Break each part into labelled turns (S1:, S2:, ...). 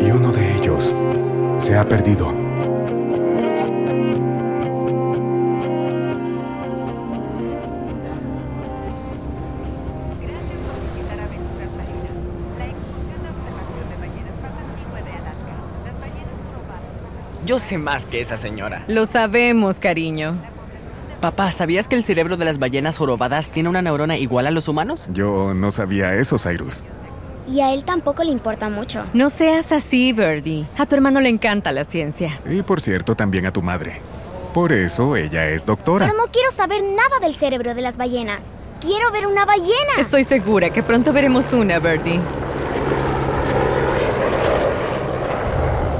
S1: Y uno de ellos se ha perdido.
S2: Gracias por visitar Aventura Marina. La excursión de observación de ballenas más antigua de Alaska. Las ballenas probadas.
S3: Yo sé más que esa señora.
S4: Lo sabemos, cariño.
S3: Papá, ¿sabías que el cerebro de las ballenas jorobadas tiene una neurona igual a los humanos?
S1: Yo no sabía eso, Cyrus.
S5: Y a él tampoco le importa mucho.
S4: No seas así, Birdie. A tu hermano le encanta la ciencia.
S1: Y por cierto, también a tu madre. Por eso ella es doctora.
S5: Pero no quiero saber nada del cerebro de las ballenas. Quiero ver una ballena.
S4: Estoy segura que pronto veremos una, Birdie.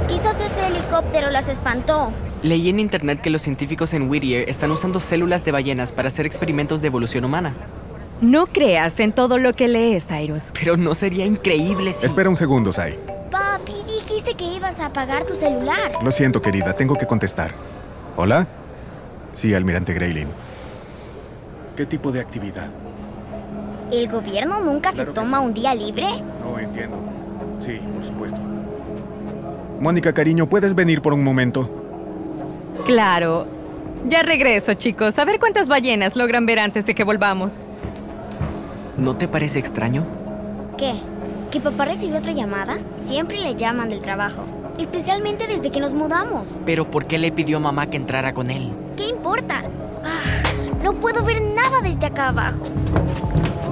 S5: Quizás ese helicóptero las espantó.
S3: Leí en internet que los científicos en Whittier están usando células de ballenas para hacer experimentos de evolución humana.
S4: No creas en todo lo que lees, Cyrus.
S3: Pero no sería increíble si...
S1: Espera un segundo, Sai.
S5: Papi, dijiste que ibas a apagar tu celular.
S1: Lo siento, querida, tengo que contestar. ¿Hola? Sí, almirante Grayling. ¿Qué tipo de actividad?
S5: ¿El gobierno nunca
S1: Claro
S5: se
S1: que
S5: toma
S1: sí.
S5: un día libre?
S1: No entiendo. Sí, por supuesto. Mónica, cariño, ¿puedes venir por un momento?
S4: Claro. Ya regreso, chicos. A ver cuántas ballenas logran ver antes de que volvamos.
S3: ¿No te parece extraño?
S5: ¿Qué? ¿Que papá recibió otra llamada? Siempre le llaman del trabajo. Especialmente desde que nos mudamos.
S3: Pero ¿por qué le pidió a mamá que entrara con él?
S5: ¿Qué importa? Ah, no puedo ver nada desde acá abajo.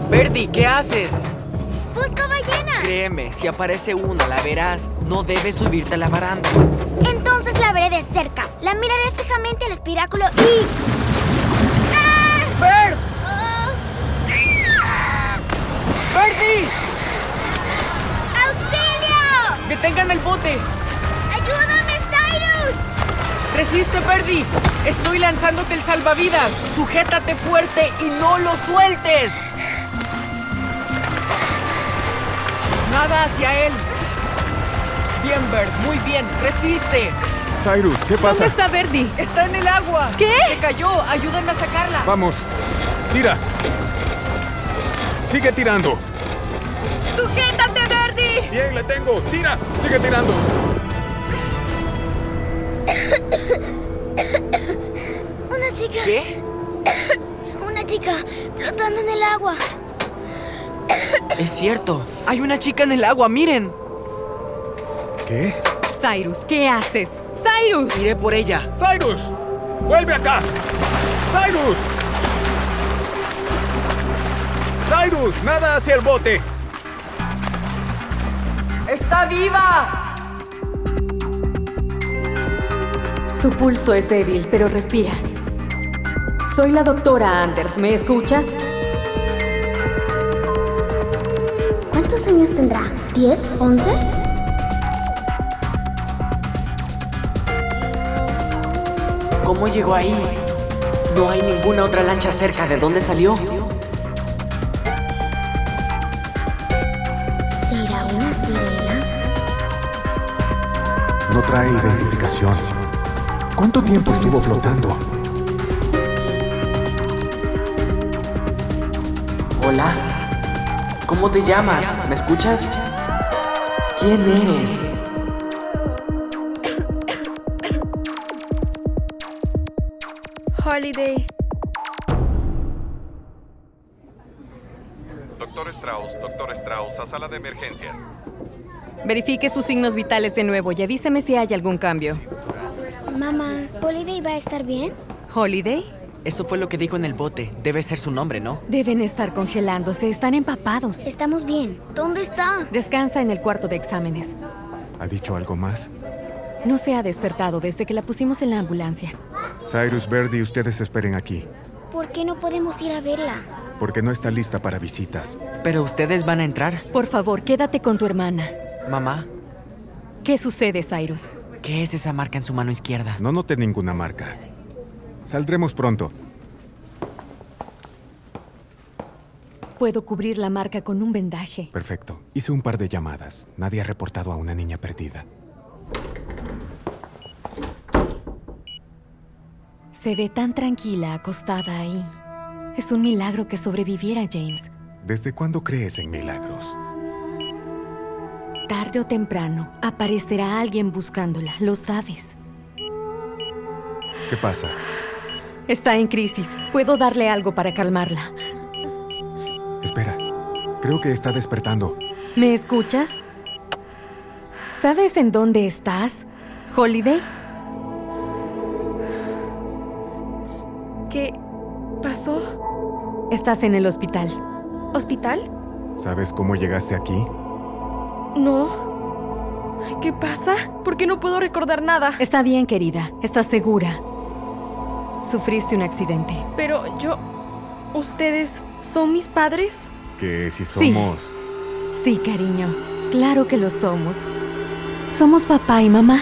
S3: Verdi, ¿qué haces?
S5: ¡Busco ballena!
S3: Créeme, si aparece una, la verás. No debes subirte a la baranda.
S5: Entonces la veré de cerca. La miraré fijamente al espiráculo y... ¡Ah! ¡Ah!
S3: ¡Verdi!
S5: ¡Auxilio!
S3: ¡Detengan el bote!
S5: ¡Ayúdame, Cyrus!
S3: ¡Resiste, Verdi! ¡Estoy lanzándote el salvavidas! ¡Sujétate fuerte y no lo sueltes! ¡Nada hacia él! Bien, Bert, muy bien, resiste.
S1: Cyrus, ¿qué
S4: ¿Dónde
S1: pasa?
S4: está Birdie?
S3: Está en el agua.
S4: ¿Qué?
S3: Se cayó, ayúdenme a sacarla.
S1: Vamos. Tira. Sigue tirando.
S4: ¡Sujétate, Birdie!
S1: Bien, le tengo. Tira. Sigue tirando.
S5: Una chica,
S3: ¿Qué?
S5: una chica flotando en el agua.
S3: Es cierto, hay una chica en el agua, miren.
S1: ¿Qué?
S4: Cyrus, ¿qué haces? ¡Cyrus!
S3: Iré por ella.
S1: Cyrus, vuelve acá. Cyrus. Cyrus, nada hacia el bote.
S3: ¡Está viva!
S6: Su pulso es débil, pero respira. Soy la doctora Anders, ¿me escuchas?
S5: ¿Cuántos años tendrá? ¿Diez? ¿Once?
S3: ¿Cómo llegó ahí? No hay ninguna otra lancha cerca. ¿De dónde salió?
S5: ¿Será una sirena?
S1: No trae identificación. ¿Cuánto tiempo estuvo flotando?
S3: Hola. ¿Cómo te llamas? ¿Me escuchas? ¿Quién eres?
S7: Holiday.
S8: Doctor Strauss, doctor Strauss, a sala de emergencias.
S4: Verifique sus signos vitales de nuevo y avísame si hay algún cambio.
S5: Mamá, ¿Holiday va a estar bien?
S4: ¿Holiday?
S3: Eso fue lo que dijo en el bote. Debe ser su nombre, ¿no?
S4: Deben estar congelándose, están empapados.
S5: Estamos bien. ¿Dónde está?
S4: Descansa en el cuarto de exámenes.
S1: ¿Ha dicho algo más?
S4: No se ha despertado desde que la pusimos en la ambulancia.
S1: Cyrus Verdi, ustedes esperen aquí,
S5: ¿Por qué no podemos ir a verla?
S1: porque no está lista para visitas.
S3: Pero ustedes van a entrar.
S4: Por favor, quédate con tu hermana.
S3: Mamá,
S9: ¿Qué sucede, Cyrus?
S3: ¿Qué es esa marca en su mano izquierda?
S1: No noté ninguna marca. Saldremos pronto.
S4: Puedo cubrir la marca con un vendaje.
S1: Perfecto. Hice un par de llamadas. Nadie ha reportado a una niña perdida.
S4: Se ve tan tranquila acostada ahí. Es un milagro que sobreviviera James.
S1: ¿Desde cuándo crees en milagros?
S4: Tarde o temprano, aparecerá alguien buscándola, lo sabes.
S1: ¿Qué pasa?
S4: Está en crisis. Puedo darle algo para calmarla.
S1: Espera. Creo que está despertando.
S4: ¿Me escuchas? ¿Sabes en dónde estás? ¿Holiday?
S7: ¿Qué pasó?
S4: Estás en el hospital.
S7: ¿Hospital?
S1: ¿Sabes cómo llegaste aquí?
S7: No. ¿Qué pasa? ¿Por qué no puedo recordar nada?
S4: Está bien, querida. Estás segura. Sufriste un accidente.
S7: Pero yo... ¿Ustedes son mis padres?
S1: Que si somos...
S4: Sí, cariño. Claro que lo somos. Somos papá y mamá.